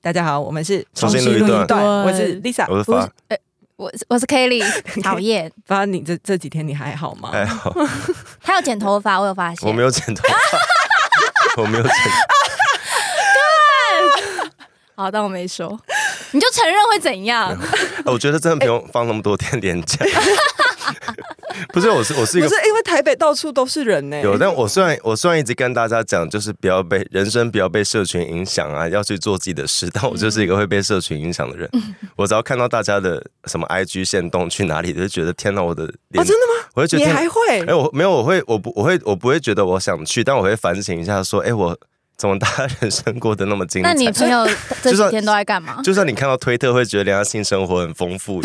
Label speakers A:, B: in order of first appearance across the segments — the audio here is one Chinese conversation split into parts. A: 大家好，我们是
B: 重新录一段
A: 对，我是 Lisa。
B: 我是
A: 不
B: 发，
C: 我是我是 Kelly，讨厌，
A: 发你这这几天你还好吗？
B: 还好，
C: 他有剪头发，我有发现。
B: 哎我没有剪头发， 我没有剪，
C: 好，当我没说，你就承认会怎样？
B: 哎我觉得真的不用放那么多天连假。 不是，我是我是一
A: 不
B: 个
A: 是因为台北到处都是人呢、
B: 有，但我虽然我虽然一直跟大家讲，就是不要被人生不要被社群影响啊，要去做自己的事，但
A: 嗯
B: 我就是一个会被社群影响的人。 我只要看到大家的什么 IG 线动去哪里，就觉得天哪，我的脸、
A: 哦真的吗？
B: 我会觉得
A: 你
B: 天
A: 还会？
B: 哎、我没有，我会，我不，我会，我不会觉得我想去，但我会反省一下，说，哎、我怎么大家人生过得那么精彩？
C: 那你朋友这几天都在干
A: 哦
C: 嘛？
B: 就算你看到推特，会觉得人家性生活很丰富，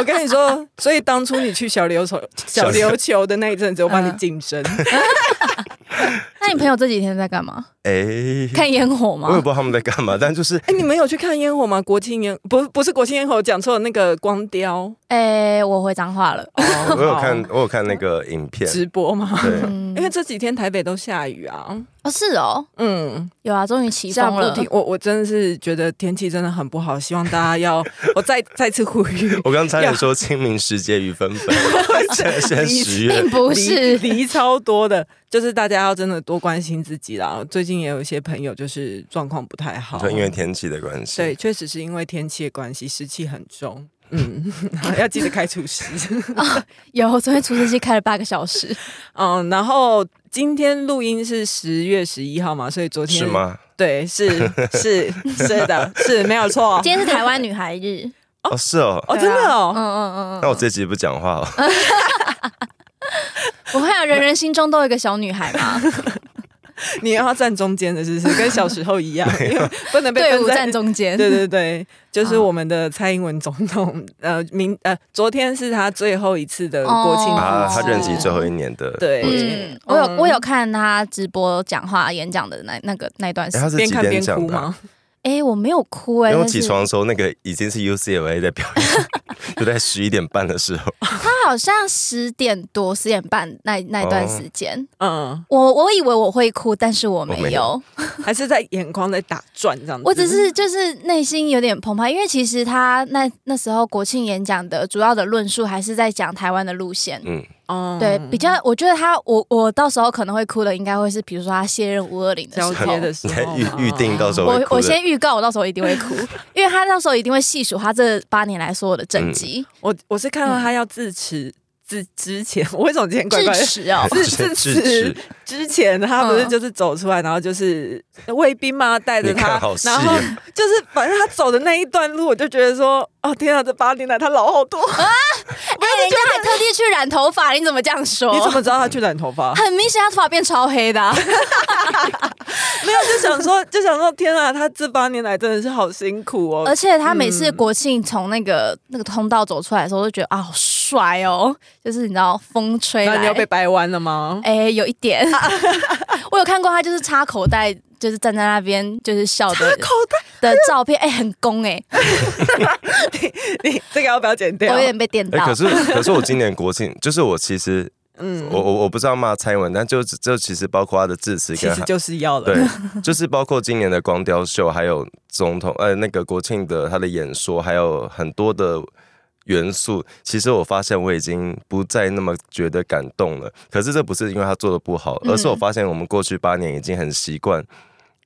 A: 我跟你说， 所以当初你去小琉 球、小琉球的那一阵子，我帮你晋升。哎
C: 那你朋友这几天在干嘛？
B: 哎、
C: 看烟火吗
B: 我也？不知道他们在干嘛，但就是
A: 哎、你们有去看烟火吗？国庆烟不不是国庆烟火，我讲错了，那个光雕。
C: 哎，我回脏话了。
A: 哦
B: 我有看，我有看那个影片，
A: 直播吗？
B: 对，
C: 嗯
A: 因为这几天台北都下雨啊，
C: 哦，是哦，
A: 嗯，
C: 有啊，终于起
A: 下
C: 风
A: 不
C: 了。
A: 停。我我真的是觉得天气真的很不好，希望大家要，我再 再次呼吁，
B: 我刚才点说清明时节雨纷纷， 现在现在十月
C: 并，不
A: 离
C: 是，
A: 离超多的，就是大家要真的多关心自己啦。最近也有一些朋友就是状况不太好
B: 就，因为天气的关系，
A: 对，，确实是因为天气的关系，湿气很重。嗯， 要记得开除湿。
C: 有我昨天除湿机开了八个小时，
A: 嗯，然后今天录音是十月十一号嘛，所以昨天
B: 是？吗？
A: 对， 是是是的，是没有错。
C: 今天是台湾女孩日。
B: 哦，是哦，
A: 哦，真的
C: 嗯
A: 哦，
C: 嗯嗯
B: 那我这集不讲话哦，
C: 嗯，我看有人人心中都有一个小女孩嘛，
A: 你又要站中间的，是不是？跟小时候 一样，因为不能被
C: 队
A: 分
C: 伍
A: 在
C: 站中 间。
A: 对对对，
C: 啊
A: 就是我们的蔡英文总统， 呃，明呃，昨天是他最后一次的国庆
C: 哦
B: 啊，
A: 复
B: 他
A: 职，
B: 任期最后一年的，
A: 对
C: 嗯，我有
A: 嗯
C: 我有看他直播讲话演讲的那那个那一段时
B: 哎，他
C: 间，
B: 是
A: 边
B: 几
A: 看
B: 点
A: 边
B: 讲
A: 哭
B: 的啊？
A: 吗？
C: 哎、我没有哭哎、
B: 因为我
C: 但是
B: 起床的时候，那个已经是 UCLA 在表演， 就在十一点半的时候，
C: 他好像十点多十点半那那一段时间，
A: 嗯，
C: 我我以为我会哭，但是我没
B: 哦我没
C: 有，
B: 有
C: 我
A: 还是在眼眶在打转这样子。
C: 只
B: 嗯
C: 是就是内心有点澎湃，因为其实他那那时候国庆演讲的主要的论述还是在讲台湾的路线。
B: 嗯，
A: 哦
C: 对，比较我觉得他，我我到时候可能会哭的，应该会是比如说他卸任五二零的时
A: 交
C: 候，
A: 接的时
B: 你还
A: 候哦嘛
B: 预预定到时候会
C: 我
B: 哭
C: 我
B: 的
C: 先预告，我到时候一定会 哭，因为他到时候一定会细数他这八年来所有的政绩，
A: 我我是看到他要致辞之之前， 我为什么
B: 嗯
A: 今天怪怪的？
C: 智齿哦，
A: 自
B: 先
A: 自持
B: 制止，
A: 之前他不是
C: 嗯
A: 就是走出来，然后就是卫兵嘛带着
B: 你
A: 他
B: 看好，戏
A: 然后
B: 啊，
A: 就是反正他走的那一段路，我就觉得说，哦天啊，这八年来他老好多。
C: 哎、人家还特地去染头发，你怎么这样 说？
A: 你怎么知道他去染头发？
C: 很明显，他头发变超黑的、啊，
A: 没有，就想说，就想说，天啊，他这八年来真的是好辛苦哦
C: 而。且他每次国庆从那个那个通道走出来的时候，我就觉得啊，好帅哦，就是你知道风吹
A: 那
C: 来
A: 你，又被掰弯了吗？
C: 哎、有一点，我有看过他就是插口袋，就是站在那边就是笑的
A: 口袋，
C: 的照片，哎、很攻哎、
A: 你这个要不要剪掉
C: 我有？点被电
B: 哎、
C: 到
B: 可。是 可是我今年国庆，就是我其实，嗯，我我我不知道骂蔡英文，但就就其实包括他的致辞
A: 其
B: 跟
A: 实就是要了。
B: 对， 就是包括今年的光雕秀，还有总统呃那个国庆的他的演说，还有很多的元素。其实我发现我已经不再那么觉得感动了。可是这不是因为他做的不好，
A: 嗯
B: 而是我发现我们过去八年已经很习惯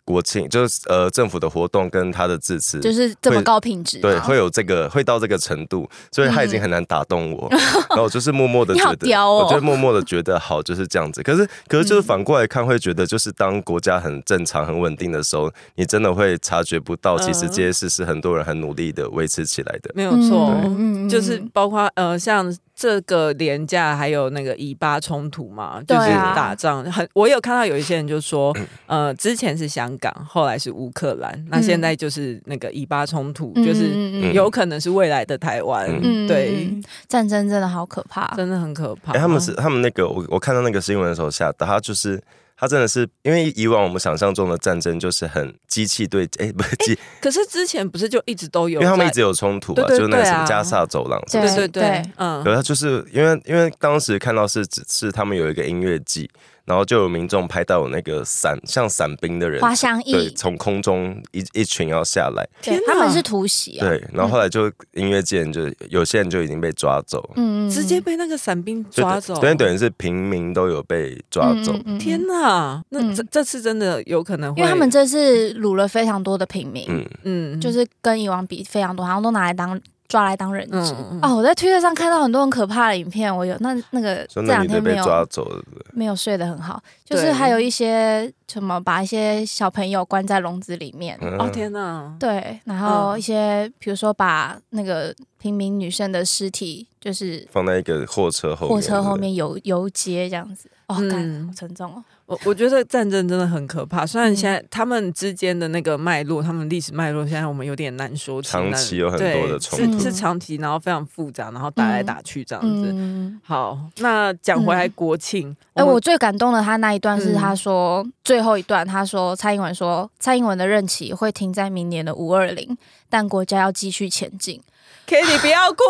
B: 国庆，就是呃政府的活动跟他的致辞，
C: 就是这么高品质吗，
B: 对，会有这个，会到这个程度，所以他已经很难打动我。然后我就是默默的
C: 你好
B: 觉得，
C: 刁哦
B: 我就默默的觉得好就是这样子。可是，可是就是反过来看，会觉得就是当国家很正常、很稳定的时候，你真的会察觉不到，其实这些事是很多人很努力的维持起来的。
A: 没有错，
C: 嗯
A: 就是包括呃，像这个廉价，还有那个以巴冲突嘛，就
C: 对
A: 是
C: 啊
A: 打仗。很，我有看到有一些人就说， 呃，之前是香港，后来是乌克兰，
C: 嗯
A: 那现在就是那个以巴冲突，就是
C: 是
A: 有可能是未来的台湾。
B: 嗯
A: 对，
C: 战争真的好可怕，
A: 真的很可怕。
B: 哎、他们是他们那个，我我看到那个新闻的时候吓到，他就是。他真的是，因为以往我们想象中的战争就是很机器对，哎、不是机，
A: 可是之前不是就一直都有在，
B: 因为他们一直有冲突啊，
A: 对对
B: 就是那个什
A: 对啊
B: 么加萨走廊什么
A: 对对
C: 对
A: 对
C: 对，
A: 嗯
B: 可，是他就是因为因为当时看到是只是他们有一个音乐季，然后就有民众拍到有那个伞像伞兵的人，
C: 滑翔
B: 对，
C: 翼，
B: 从空中一一群要下来，
C: 对
A: 天，
C: 他
A: 哪
C: 们是突袭啊，
B: 对，然后后来就音乐界人就有些人就已经被抓走，
C: 嗯，嗯
A: 直接被那个伞兵
B: 就
A: 抓走，
B: 等于等于是平民都有被抓走，，
C: 嗯嗯嗯嗯
A: 天哪！那
C: 嗯
A: 这这次真的有可能会，
C: 因为他们这次掳了非常多的平民，
B: 嗯，
A: 嗯
C: 就是跟以往比非常多，好像都拿来当抓来当人质。
A: 嗯嗯
C: 哦，我在推特上看到很多很可怕的影片，我有那那个
B: 说
C: 这
B: 那
C: 两
B: 女的
C: 天
B: 被
C: 没
B: 抓
C: 有
B: 走了，对
C: 没有睡得很好，就是
A: 对
C: 还有一些什么把一些小朋友关在笼子里面，
B: 嗯
A: 哦天哪，
C: 对，然后
A: 嗯
C: 一些比如说把那个平民女生的尸体就是
B: 放在一个货车后面，
C: 货车后
B: 对
C: 面游游街这样子，哦，
A: 嗯
C: 感好沉重哦，
A: 我我觉得战争真的很可怕。虽然
C: 嗯
A: 现在他们之间的那个脉络，他们历史脉络，现在我们有点难说清。
B: 长
A: 但
B: 期有很
A: 对
B: 多的冲
A: 是
C: 突
A: 是长期，然后非常复杂，然后打来打去这样子。
C: 嗯。
A: 好，那讲回来国庆，
C: 哎、
A: 们
C: 我最感动的他那一段是
A: 嗯
C: 他说、最后一段，他说蔡英文说蔡英文的任期会停在明年的五二零，但国家要继续前进。
A: Kitty 不要哭，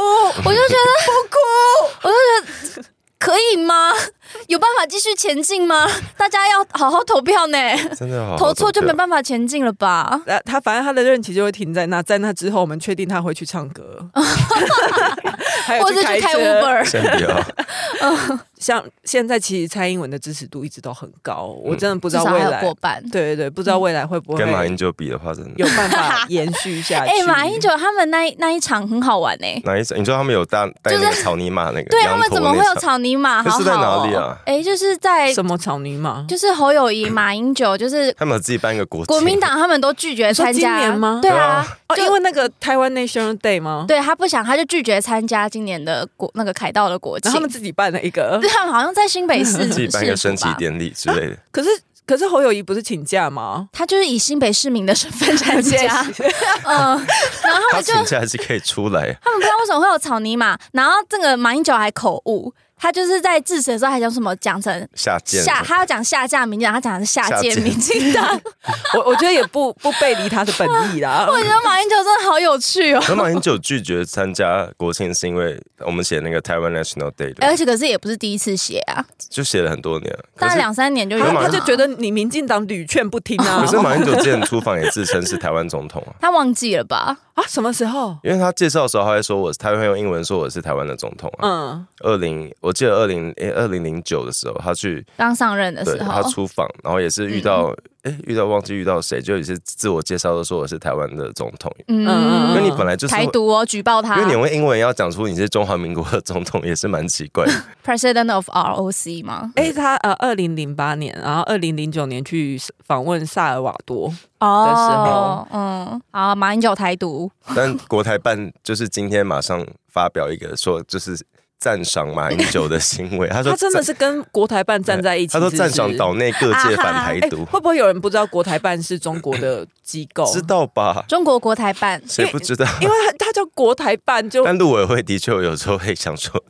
C: 我就觉得
A: 哦
C: 不哭，我就觉得可以吗？有办法继续前进吗？大家要好好投票呢，
B: 真的好好
C: 投错就
B: 投
C: 没
B: 票
C: 办法前进了吧？
A: 那他反正他的任期就会停在那，在那之后，我们确定他会去唱 歌，还有
C: 或者
A: 开
C: 去开
A: 车
C: Uber，
B: 先不要，
A: 像现在其实蔡英文的支持度一直都很高，我真的不
C: 至
A: 知道
C: 少
A: 未
C: 还有嗯
A: 来
C: 过，半。
A: 对对对，不知道未来会不会
B: 嗯跟马英九比的话，真的
A: 有办法延续下啊去。 嗯
C: 哎、马英九他们那一那一场很好玩呢、
B: 哪一场？你知道他们有带带那个草泥马那个
C: 对他
B: 羊
C: 们
B: 驼
C: 怎么会
B: 那
C: 有
B: 场
C: 草泥马？好
B: 那
C: 好、哦、
B: 是在哪里啊
C: 哎、就是在
A: 什么草泥马？
C: 就是侯友谊、马英九，就是
B: 他们有自己办一个国
C: 国民
B: 庆
C: 党他们都拒绝参
A: 你说今
C: 加
A: 年吗
C: 对
B: 对
C: 啊
B: 啊，
A: 哦，
C: 就
A: 因为那个台湾 National Day 吗？
C: 对他不想，他就拒绝参加今年的国那个凯道的国庆
A: 然后他。们自己办了一个
C: 对，他们好像在新北市
B: 自己办一个
C: 市
B: 升
C: 府
B: 旗
C: 吧，
B: 典礼之类 的，
A: 可是可是侯友谊不是请假吗？。
C: 他就是以新北市民的身份参加 嗯，
B: 他请假还是可以出来，
C: 他们不知道为什么会有草泥马，然后这个马英九还口误，他就是在致辞的时候还讲什么讲成
B: 下贱
C: 下，他要讲下架民进党，他讲的是下
B: 下
C: 届
B: 届
C: 民进党。
A: 我我觉得也不不背离他的本意啦。
C: 我觉得马英九真的好有趣哦。
B: 可马英九拒绝参加国庆，是因为我们写那个台湾 National Day
C: 而
B: 的，
C: 且可是也不是第一次写啊，
B: 就写了很多年了。可
C: 呃大概
B: 是
C: 两三年就有
B: 可
A: 他
B: 是马
A: 他
C: 了。，
B: 英
A: 就觉得你民进党屡劝不听 啊
B: 可是马英九之前出访也自称是台湾总统啊
C: 他忘记了吧？
A: 啊！什么时候？
B: 因为他介绍的时候他会说我是，他会用英文说我是台湾的总统啊。
A: 嗯，
B: 二零我记得二零诶二零零九的时候，他去
C: 刚上任的
B: 对
C: 时候嗯
B: 他，出访，然后也是遇到哎、遇到忘记遇到谁，就也是自我介绍都说我是台湾的总统，
C: 嗯
A: 嗯
B: 因为
A: 嗯
B: 你本来就是会
C: 台独哦，举报他
B: 因为你用英文要讲出你是中华民国的总统，也是蛮奇怪的。
C: ，President of ROC 吗？
A: 哎、他呃，二零零八年，然后二零零九年去访问萨尔瓦多，
C: 哦，嗯，好，马英九台独，
B: 但国台办就是今天马上发表一个说，就是赞赏马英九的行为。他说
A: 他真的
B: 赞
A: 是跟国台办站在一起
B: 他说赞
A: 是不
B: 赏
A: 是
B: 岛内各界反台
A: 哎、
B: 独，
A: 会不会有人不知道国台办是中国的机构？
B: 知道吧？
C: 中国国台办，
B: 谁不知道？
A: 因为它它叫国台办，就
B: 但陆委会的确有时候会想说，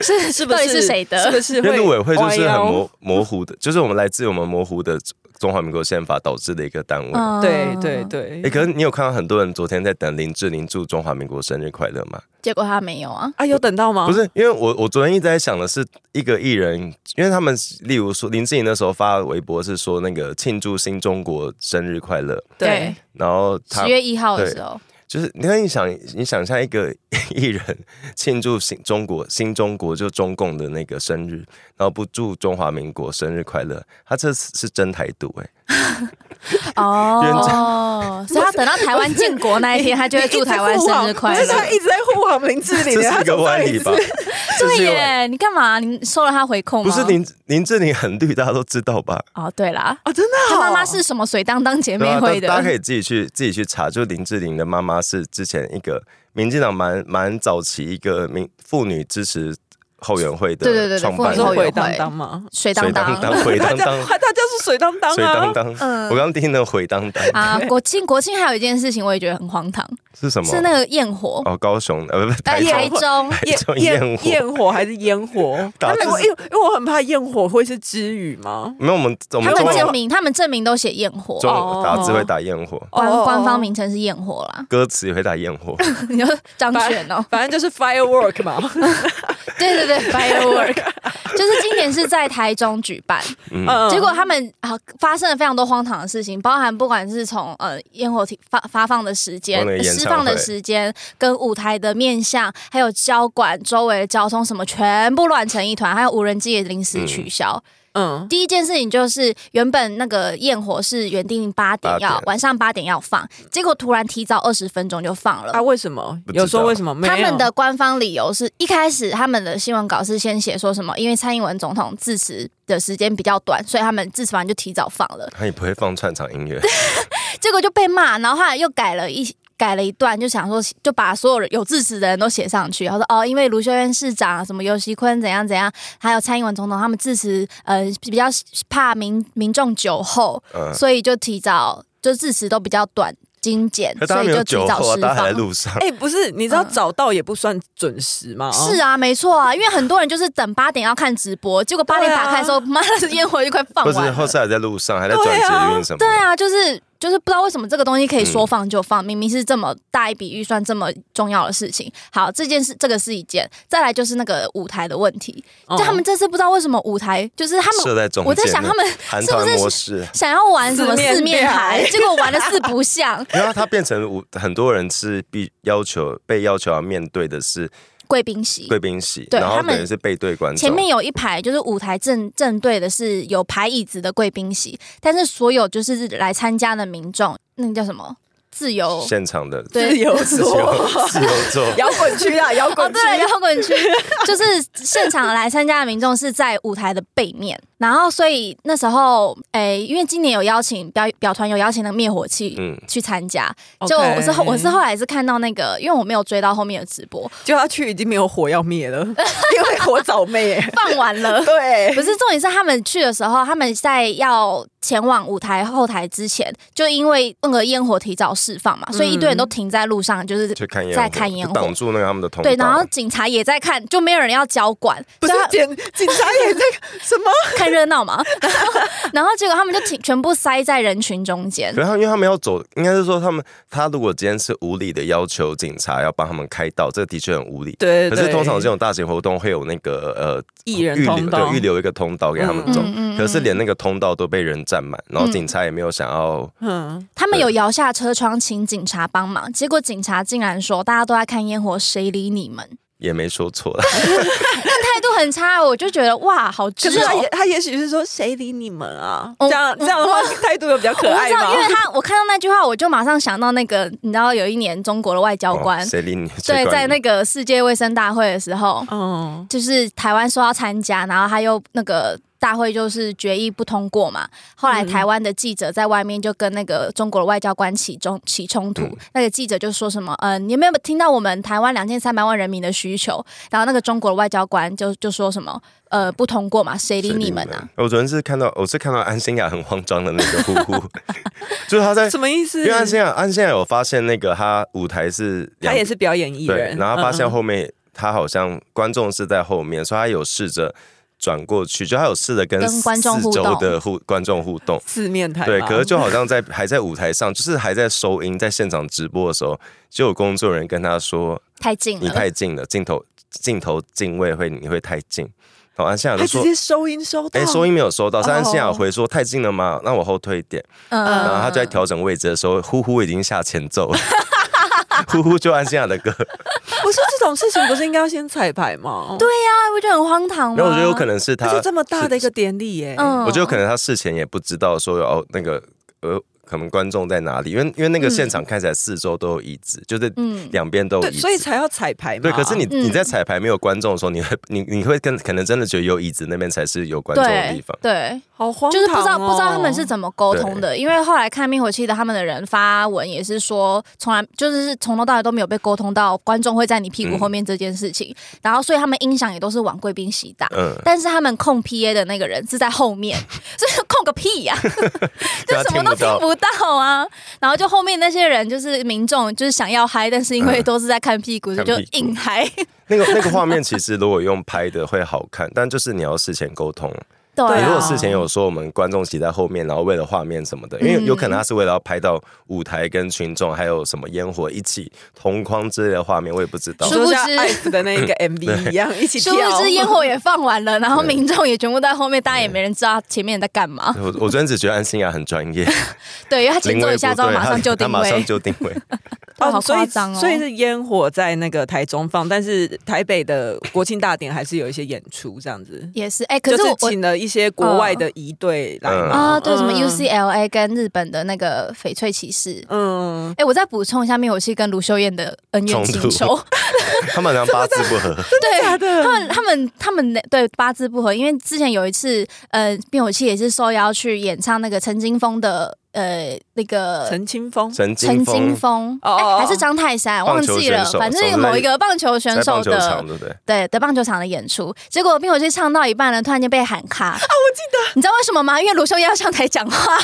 C: 是
A: 是不
C: 到
A: 是
C: 底是谁
A: 是
C: 的？
A: 不是
B: 因
A: 呃会啊
B: 为陆委会就是
A: 弯
B: 很
A: 腰
B: 模模糊的，就是我们来自我们模糊的中华民国宪法导致的一个单位。
C: 嗯
A: 对对，对。
B: 哎、可是你有看到很多人昨天在等林志玲祝中华民国生日快乐吗？
C: 结果他没有啊，
A: 啊，有等到吗？
B: 不，是，因为我我昨天一直在想的是一个艺人，因为他们例如说林志颖那时候发微博是说那个庆祝新中国生日快乐，
A: 对，
B: 然后他
C: 十月一号的时候，
B: 就是你看你想你想象一个艺人庆祝新中国新中国就中共的那个生日，然后不祝中华民国生日快乐，他这是是真台独 哎、原
C: 哦，所以他等到台湾建国那一天，他就会祝台湾生日快
A: 不是他
C: 乐。
A: 一直在护航林志玲，
B: 这
A: 他
B: 是一
A: 从
B: 个
A: 上
B: 歪
A: 一
B: 理
A: 次
B: 吧？这
C: 对
B: 是一个歪
C: 耶，你干嘛？你收了他回扣
B: 不
C: 吗？
B: 是林林志玲很绿，大家都知道吧？
C: 哦，对啦，
A: 哦，真的、
C: 他
A: 哦，
C: 妈妈是什么水当当姐
B: 对
C: 妹
B: 啊，
C: 会
B: 大大家可
C: 的？
B: 以自己去自己去查，就林志玲的妈妈是之前一个民进党蛮蛮早期一个民妇女支持后援会
C: 对对对
B: 的
C: 对
B: 创
A: 你
B: 办
A: 说
C: 妇女
B: 人，
C: 后
A: 回
C: 援
A: 当
C: 会
A: 当吗？
C: 水
B: 水
C: 当当
B: 当。当，回
A: 他
B: 当
A: 叫
B: 当，
A: 他他就是水当当
B: 水
A: 啊
B: 当，当。
C: 嗯
B: 我刚听的回当当
C: 啊，国庆国庆还有一件事情，我也觉得很荒唐，
B: 是什么？
C: 是那个焰火，
B: 哦，高雄呃不不
C: 呃，
B: 台中
C: 台 中，
B: 台中焰火。
A: 焰火还是烟火？
B: 打
A: 他们
B: 字
A: 我因为因为我很怕焰火会是之语吗？
B: 没有，我们我
C: 他
B: 们中
C: 们
B: 文
C: 证明他们证明都写焰火，
A: 哦
B: 中打字会打焰火，。
C: 官
A: 哦哦哦
C: 官方名称是焰火啦
B: 歌词也会打焰火。
C: 你就张悬哦，
B: 嗯
A: 反正就是 firework 嘛，
C: 对对对，firework，就是 今年是在台中举办，
B: 嗯
A: 嗯
C: 结果他们啊发生了非常多荒唐的事情，包含不管是从呃烟火体发发放的时间
B: 哦那个、演唱会
C: 释放的时间、跟舞台的面向，还有交管周围的交通什么，全部乱成一团，还有无人机也临时取消。
A: 嗯
C: 第一件事情就是原本那个焰火是原定八点要
B: 八点
C: 晚上八点要放，结果突然提早二十分钟就放了。
A: 啊，为什么
B: 不知道
A: 有说为什么没有
C: 他们的官方理由是一开始他们的新闻稿是先写说什么，因为蔡英文总统致辞的时间比较短，所以他们致辞完就提早放了，
B: 他也不会放串场音 乐，
C: 结果就被骂，然后后来又改了一。改了一段，就想说就把所有人有致辞的人都写上去，然后说哦，因为卢秀燕市长啊什么尤熙坤怎样怎样，还有蔡英文总统他们致辞，呃，比较怕民民众酒后，
B: 嗯，
C: 所以就提早就致辞都比较短精简
B: 可，大家
C: 所以
B: 没有
C: 就提
B: 酒
C: 早
B: 后啊，
C: 释
B: 大家还在
C: 放。
B: 路上，
A: 哎、不是，你知道
C: 嗯
A: 早到也不算准时吗？
C: 是啊，没错啊，因为很多人就是等八点要看直播，结果八点
A: 对啊
C: 打开的时候，妈的烟火就快放
B: 或
C: 完
B: 是
C: 了
B: 或。是还在路上，还在转捷运什么的
C: 对，啊，就是就是不知道为什么这个东西可
B: 嗯
C: 以说放就放，明明是这么大一笔预算这么重要的事情。好，这件事这个是一件，再来就是那个舞台的问题，
A: 嗯
C: 就他们这次不知道为什么舞台就是他们，
B: 哦设在中间，
C: 我在想他们
B: 韩
C: 是不
B: 团
C: 是
B: 模式。
C: 想要玩什么
A: 四面
C: 四面
A: 台
C: 台，结果玩的四不像
B: 然后他变成我很多人是必要求被要求要面对的是
C: 贵宾席。
B: 贵宾席，
C: 对
B: 然后
C: 他们
B: 等于是背对观众，
C: 前面有一排就是舞台正正对的是有排椅子的贵宾席，但是所有就是来参加的民众，那个叫什么自由
B: 现场的
A: 自
C: 对。
A: 由
B: 自由
A: 座
B: 自 由座，
A: 摇滚区啊，摇
C: 哦，
A: 滚区
C: 对，摇 滚区就是现场来参加的民众是在舞台的背面，然后所以那时候，诶、因为今年有邀请表表团有邀请那个灭火器
B: 嗯
C: 去参加，
A: OK
C: 就我是后我是后来是看到那个，因为我没有追到后面的直播，
A: 就他去已经没有火要灭了， 因为火早灭、 欸。
C: 放完 了，
A: 对，
C: 不是重点是他们去的时候，他们在要前往舞台后台之前，就因为那个烟火提早释放
A: 嗯
C: 嘛，所以一堆人都停在路上，就是
B: 去看烟火，
C: 在看烟火
B: 就挡住那个他们的通道。
C: 对，然后警察也在看，就没有人要交管，
A: 不是
C: 所以他
A: 警 警察也在什么？
C: 看热闹嘛。然后，然后结果他们就停，全部塞在人群中间。
B: 然后，因为他们要走，应该是说他们，他如果今天是无理的要求警察要帮他们开道，这的确很无理。
A: 对
B: 可是通常这种大型活动会有那个呃
A: 艺人
B: 预留
A: 通道
B: 对预留一个通道给他们
A: 嗯
B: 走，
C: 嗯
B: 可是连那个通道都被人占满，然后
C: 嗯
B: 警察也没有想要，
A: 嗯，
C: 他们有摇下车窗请警察帮忙，结果警察竟然说大家都在看烟火，谁理你们？
B: 也没说错啦。
C: 态度很差，我就觉得哇，好直
A: 可
C: 哦。
A: 是他也他也许是说谁理你们啊？
C: 哦
A: 这样这样的话态度又比较可
C: 我不
A: 爱
C: 知道，因为
A: 嘛。
C: 他我看到那句话，我就马上想到那个，你知道有一年中国的外交官、
B: 哦谁理你？谁
C: 对
B: 管
C: 在
B: 你
C: 那个世界卫生大会的时候，
A: 嗯，
C: 就是台湾说要参加，然后他又那个大会就是决议不通过嘛。后来
A: 嗯
C: 台湾的记者在外面就跟那个中国的外交官起冲起冲
B: 嗯
C: 突，那个记者就说什么，呃，你有没有听到我们台湾两千三百万人民的需求？然后那个中国的外交官就就说什么，呃，不通过嘛，谁理你们啊？？
B: 我昨天是看到，我是看到安心雅很慌张的那个呼呼， 就是他在，
A: 什么意
B: 因
A: 思
B: 为？安心雅，安心雅有发现那个他舞台是
A: 他
B: 两
A: 也是表演艺
B: 对
A: 人，，
B: 然后发现
A: 嗯
B: 后面他好像观众是在后面，所以他有试着转过去，就他有试着跟
C: 跟观众互
B: 四
C: 动
B: 周的互观众互动。
A: 四面台嘛
B: 对，可是就好像在还在舞台上，就是还在收音，在现场直播的时候，就有工作人员跟他说
C: 太近：“
B: 你
C: 了，
B: 太近了，镜头镜头进位会你会太近。”然后安心雅
A: 他
B: 就
A: 直
B: 说
A: 接收音收：“到
B: 哎，，收音没有收到。”是安心雅
A: 哦
B: 回说：“太近了吗？那我后退一点。”
C: 嗯
B: 然后他就在调整位置的时候，呼呼已经下前奏了， 呼呼就安心雅的歌。
A: 不是这种事情，不是应该要先彩排吗？对，
C: 那不就很荒唐吗？啊
B: 然后我觉得有可能是他
A: 而且这么哦大的一个典礼耶，
C: 嗯
B: 我觉得可能他事前也不知道说哦那个呃，可能观众在哪里，因为因为那
A: 嗯
B: 个现场看起来四周都有椅子，就是
C: 嗯
B: 两边都有
A: 对，
B: 椅子。
A: 所以才要彩排嘛。
B: 对，可是你
C: 嗯
B: 你在彩排没有观众的时候，你会你你会跟可能真的觉得有椅子那边才是有观众的地
C: 对
B: 方。
C: 对，
A: 好荒唐哦，
C: 就是不知道不知道他们是怎么沟通的，因为后来看灭火器的他们的人发文也是说，从来就是从头到尾都没有被沟通到观众会在你屁
B: 嗯
C: 股后面这件事情，然后所以他们音响也都是往贵宾席打。
B: 嗯，
C: 但是他们控 PA 的那个人是在后面， 所以控个 屁呀、
B: 他
C: 就什么
B: 听不
C: 都听
B: 到
C: 不到啊。然后就后面那些人就是民众，就是想要嗨，但是因为都是在看屁股，所以就
B: 嗯看屁股
C: 硬嗨。
B: 那个那个画面其实如果用拍的会好看，但就是你要事前沟通。
C: 对啊
B: 你如果事前有说我们观众席在后面，然后为了画面什么的，因
C: 嗯
B: 为有可能他是为了要拍到舞台跟群众还有什么烟火一起同框之类的画面，我也不知道
C: 殊。
A: 就
C: 不
A: 像
C: 知
A: 艾芙的那 一个 MV 一样，一起
C: 殊
A: 跳。
C: 不知烟火也放完了，然后民众也全部在后面，大家也没人知道前面在干嘛。
B: 我我昨天只觉得安心雅很专业，
C: 对，因为他前
B: 临
C: 奏
B: 危
C: 一下
B: 不
C: 之后
B: 对，
C: 马上就
B: 他他
C: 定
B: 马上
C: 位，
B: 就定 位。
C: 哇好
A: 所
C: 夸
A: 以
C: 张哦！
A: 所以是烟火在那个台中放，但是台北的国庆大典还是有一些演出这样子。
C: 也是哎，可
A: 就是
C: 我我
A: 请了一些国外的仪队来嘛
C: 啊，对，什么
A: 嗯
C: UCLA 跟日本的那个翡翠骑士。
A: 嗯，
C: 哎，我再补充一下，灭火器跟卢秀燕的恩怨
B: 冲
C: 情
B: 突
C: 仇。
B: 他们好像八字不合，
C: 对，
A: 假的
C: 他们他们他们那对八字不合，因为之前有一次，呃，灭火器也是受邀去演唱那个陈金峰的呃那个
A: 陈清风
B: 陈
C: 陈
B: 金
C: 金
B: 峰
C: 峰，
A: 哦
C: 哎
A: 哦哦
C: 还是张泰山，忘记了
B: 棒球选，手
C: 反正
B: 总之
C: 某一个棒球选
B: 在
C: 手
B: 棒球
C: 的
B: 场，对不对？
C: 对的棒球场的演出，结果灭火器唱到一半呢，突然间被喊卡啊！我记得，你知道为什么吗？因为卢秀燕要上台讲话，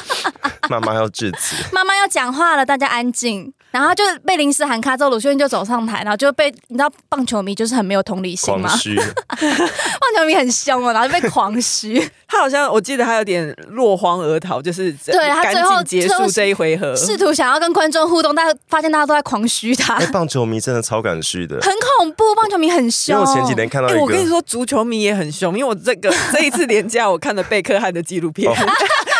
B: 妈妈要致 辞，
C: 妈妈要讲话了，大家安静。然后她就被临时喊卡之后，鲁秀燕就走上台，然后就被你知道棒球迷就是很没有同理心
B: 狂
C: 嘛，
B: 虚。
C: 棒球迷很凶哦，然后就被狂嘘。
A: 他好像我记得他有点落荒而逃，就是
C: 对他
A: 赶
C: 最后
A: 紧结
C: 最后
A: 束这一回合。
C: 试图想要跟观众互动，但发现大家都在狂嘘他，
B: 哎，
C: 很
B: 棒球迷真的超敢虚 的，
C: 恐怖。棒球迷很
B: 因
C: 凶，哦
B: 为我前几天看到
A: 哎、
B: 一
A: 我跟你
B: 个，
A: 说，足球迷也很凶，因为我这个这一次廉价，我看了贝克汉的纪录
B: 哦
A: 片，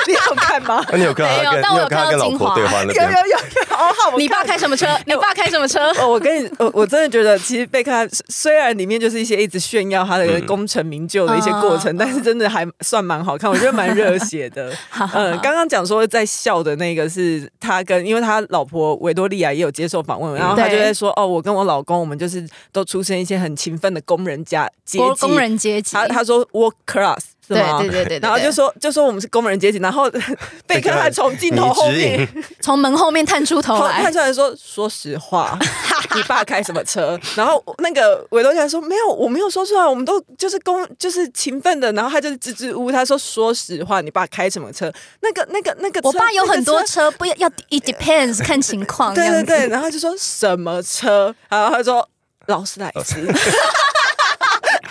A: 你有看吗？
B: 啊你有看到他
C: 没
B: 跟
C: 有但
B: 你
C: 我有
B: 有看他
C: 看
B: 跟
C: 到
B: 老
C: 精
B: 婆
C: 华
B: 对话那
A: 有有
B: 边？
A: 有有，哦，好，我
C: 你爸开什么车？你爸开什么车？
A: 哦，我跟你，我我真的觉得，其实贝克汉虽然里面就是一些一直炫耀他的
B: 嗯
A: 功成名就的一些过程，
C: 嗯
A: 但是真的还算蛮好看，我觉得蛮热血 的。嗯，刚刚讲说在笑的那个是他跟，因为他老婆维多利亚也有接受访问，
B: 嗯
A: 然后他就
C: 对
A: 在说，哦，我跟我老公，我们就是都出身一些很勤奋的工人家阶
C: 工
A: 级，
C: 工人阶级，
A: 他他说 work class 是
C: 对
A: 吗？
C: 对对对，对
A: 然后就说就说我们是工人阶级，然后 贝克汉从镜头后
B: 你指
A: 面
B: 引
C: 对从门后面探出头
A: 后
C: 来
A: 看，出来说，说实话， 你爸开什么车？然后那个维多利亚说没有，我没有说出来，我们都就是工就是勤奋的，然后他就是支支吾吾，他说说实话，你爸开什么车？那个那个那个车，
C: 我爸有
A: 那个
C: 很多
A: 车
C: 车，不要要 it depends 看情况，
A: 对
C: 这
A: 对
C: 样子
A: 对，然后他就说什么车？然后他说劳斯莱斯，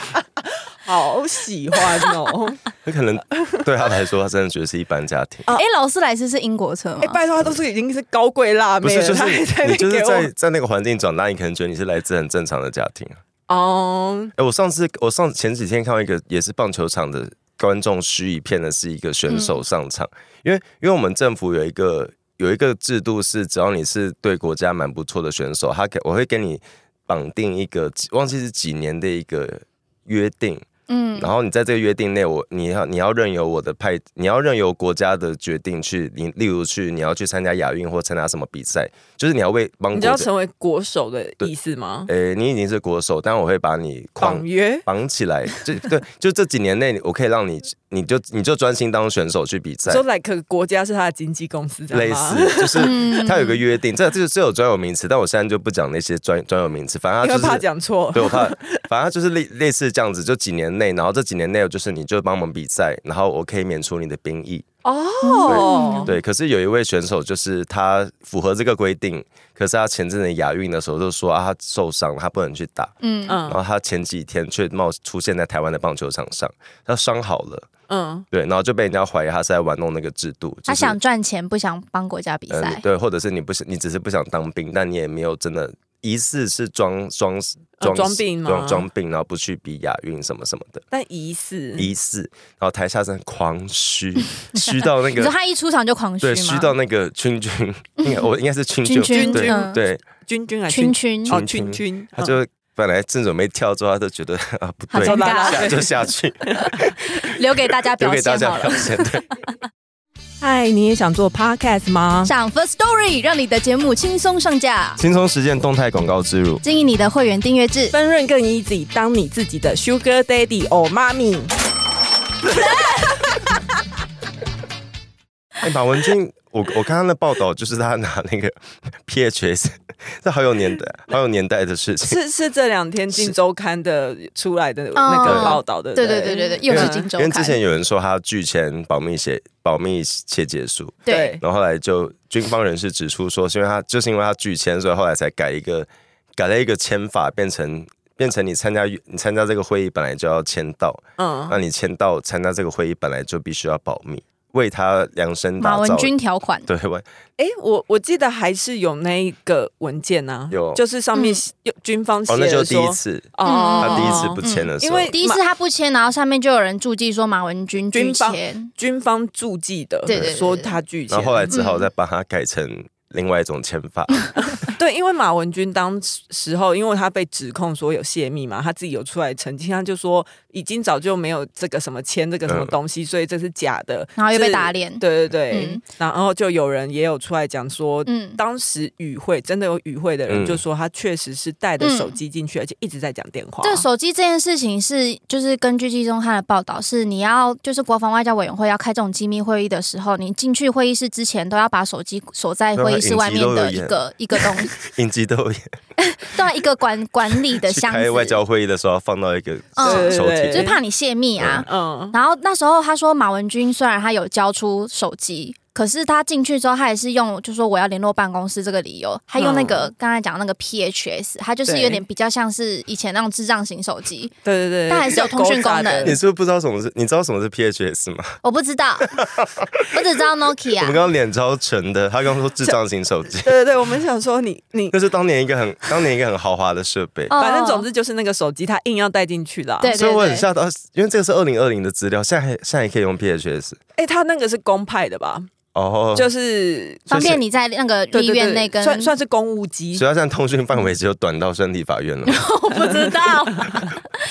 A: 好喜欢 哦。
B: 有可能对他来说，他真的觉得是一般家 庭。
A: 哦
C: 哎，劳斯莱斯是英国车吗
A: 哎、？拜托，他都是已经是高贵辣
B: 不
A: 妹
B: 是，
A: 了，
B: 就是
A: 他还在
B: 你
A: 那
B: 就是
A: 给
B: 在
A: 我
B: 在那个环境长大，你可能觉得你是来自很正常的家庭。啊
A: 哦，
B: 哎、我上次我上前几天看到一个也是棒球场的观众虚一片的是一个选
A: 嗯
B: 手上场，因为因为我们政府有一个有一个制度是，只要你是对国家蛮不错的选手，他给我会给你绑定一个几忘记是几年的一个约定，
C: 嗯，
B: 然后你在这个约定内，我你要你要任由我的派，你要任由国家的决定去，你例如去你要去参加亚运或参加什么比赛，就是你要为帮
A: 你
B: 国
A: 就要
B: 家。
A: 成为国手的意思吗？
B: 诶，你已经是国手，但我会把你框
A: 绑约
B: 绑起来， 就对，就这几年内，我可以让你，你就你就专心当选手去比赛
A: 说，like 国家是他的经纪公司，这
B: 类
A: 样吗
B: 似，就是它有一个约定，这这个是有专有名词，但我现在就不讲那些专专有名词，反正
A: 因
B: 它
A: 为
B: 就是
A: 怕讲错。
B: 对，我怕，反正它就是类类似这样子，就几年内，然后这几年内就是你就帮忙比赛，然后我可以免除你的兵役。
A: 哦，
B: 对，可是有一位选手就是他符合这个规定，可是他前阵子亚运的时候就说啊，他受伤了，他不能去打。然
A: 嗯
B: 后他前几天却冒出现在台湾的棒球场上，他伤好了，
A: 嗯，
B: 对，然后就被人家怀疑他是在玩弄那个制度，就是、
C: 他想赚钱，不想帮国家比
B: 呃
C: 赛
B: 你。对，或者是你不想，你只是不想当兵，但你也没有真的疑似是装装
A: 呃装病吗
B: 装装病，然后不去比亚运什么什么的。
A: 但疑似
B: 疑似，然后台下真的狂虚，虚到那
C: 你说
B: 个，
C: 他一出场就狂嘘
B: 对，
C: 吗？
B: 虚到那个君君，应该我应该是君
C: 君君，
B: 对
C: 嗯
B: 对，
A: 君君还
C: 群
A: 君
C: 群
A: 哦，君
B: 君
A: 君，
B: 他就本来正准备跳之后，他就觉得啊不
C: 好
B: 对，
A: 尴尬
B: 下就下去，
C: 留给大家
B: 留
C: 表
B: 给大
C: 现
B: 家
C: 好
B: 表
C: 了。
B: 现。对，
A: 嗨，你也想做 podcast 吗？
C: 上 First Story 让你的节目轻松上架，
B: 轻松实践动态广告植入。
C: 经营你的会员订阅制。
A: 分润更 easy，当你自己的 sugar daddy 或妈咪。
B: 哎，马文君，我我看他的报道，就是他拿那个 PHS，这好有年 代，好有年代的事情。
A: 是是这两天《镜周刊》的出来的那个报道的，
C: 对
A: 不
C: 哦
A: 嗯
C: 对对对对，
B: 因
C: 又
B: 为
C: 是荆州
B: 因为之前
C: 看。
B: 有人说他拒签保密协保密协结束，
C: 对，
B: 然后后来就军方人士指出说，是因为他就是因为他拒签，所以后来才改一个改了一个签法，变成变成你参加你参加这个会议本来就要签到，
C: 哦
A: 嗯，
B: 那你签到参加这个会议本来就必须要保密，为他量身打
C: 马
B: 造。
C: 文君条款，
B: 对，我
A: 哎，我我记得还是有那一个文件啊，
B: 有
A: 就是上面
C: 嗯
A: 写有军方写
B: 哦，那
A: 的
B: 就第一
A: 说，
B: 次，
A: 哦
B: 他第一次
C: 哦
B: 不签的时
A: 因
B: 候，
A: 为
C: 第一次他不签，然后下面就有人注记说马文君拒
A: 军方
C: 签，
A: 军方注记的，
C: 对对对
A: 说他拒签
B: 然后，后来只好再把它改成另外一种签法。
C: 嗯
A: 嗯对，因为马文君当时候，因为他被指控说有泄密嘛，他自己有出来澄清，他就说已经早就没有这个什么签这个什么
B: 嗯
A: 东西，所以这是假的，
C: 嗯然后又被打
A: 脸。
C: 脸。
A: 对对对，
C: 嗯
A: 然后就有人也有出来讲说，
C: 嗯，
A: 当时与会真的有与会的人
B: 嗯
A: 就说他确实是带着手机进去，而且一直在讲电话。
C: 这手机这件事情是，就是根据季中汉的报道，是你要就是国防外交委员会要开这种机密会议的时候，你进去会议室之前都要把手机锁在
B: 啊
C: 会议室外面的一个一个东西，
B: 应激都有
C: 对啊，一个管管理 的
B: 去
C: 箱
B: 开外
C: 子，
B: 交会议的时候要放到一个
C: 嗯
B: 抽
A: 对对
B: 屉
A: 对
C: 就是
B: 里，
C: 怕你泄密啊。
A: 嗯，
C: 然后那时候他说，马文君虽然他有交出手机，可是他进去之后，他也是用就说我要联络办公室这个理由，他用那个、
B: 嗯
C: 刚才讲的那个 PHS，他就是
A: 对
C: 有点比较像是以前那种智障型手机，
A: 对对对，
C: 但还是有通讯功能
A: 比较勾搭
B: 你
A: 的
B: 是不是不知道什么是？你知道什么是 PHS 吗？
C: 我不 知道，我只知道
B: 我们
C: Nokia。啊
B: 刚刚脸超沉的，他刚刚说智障型手 机，
A: 对对对，我们想说你你，
B: 那是当年一个很当年一个很豪华的设备。
C: 哦
A: 反正总之就是那个手机，他硬要带进去啦。
C: 对
B: 所以我很吓到，因为这个是二零二零的资料，现在还现在也可以用 PHS
A: 哎，他那个是公派的吧？
B: 哦，
A: 就是
C: 方便你在那个
A: 对
C: 立
A: 对
C: 院
A: 对
C: 内跟
A: 对，算算是公务机
B: 所，以它现在通讯范围只有短到身体法院了，
C: 我不知 道。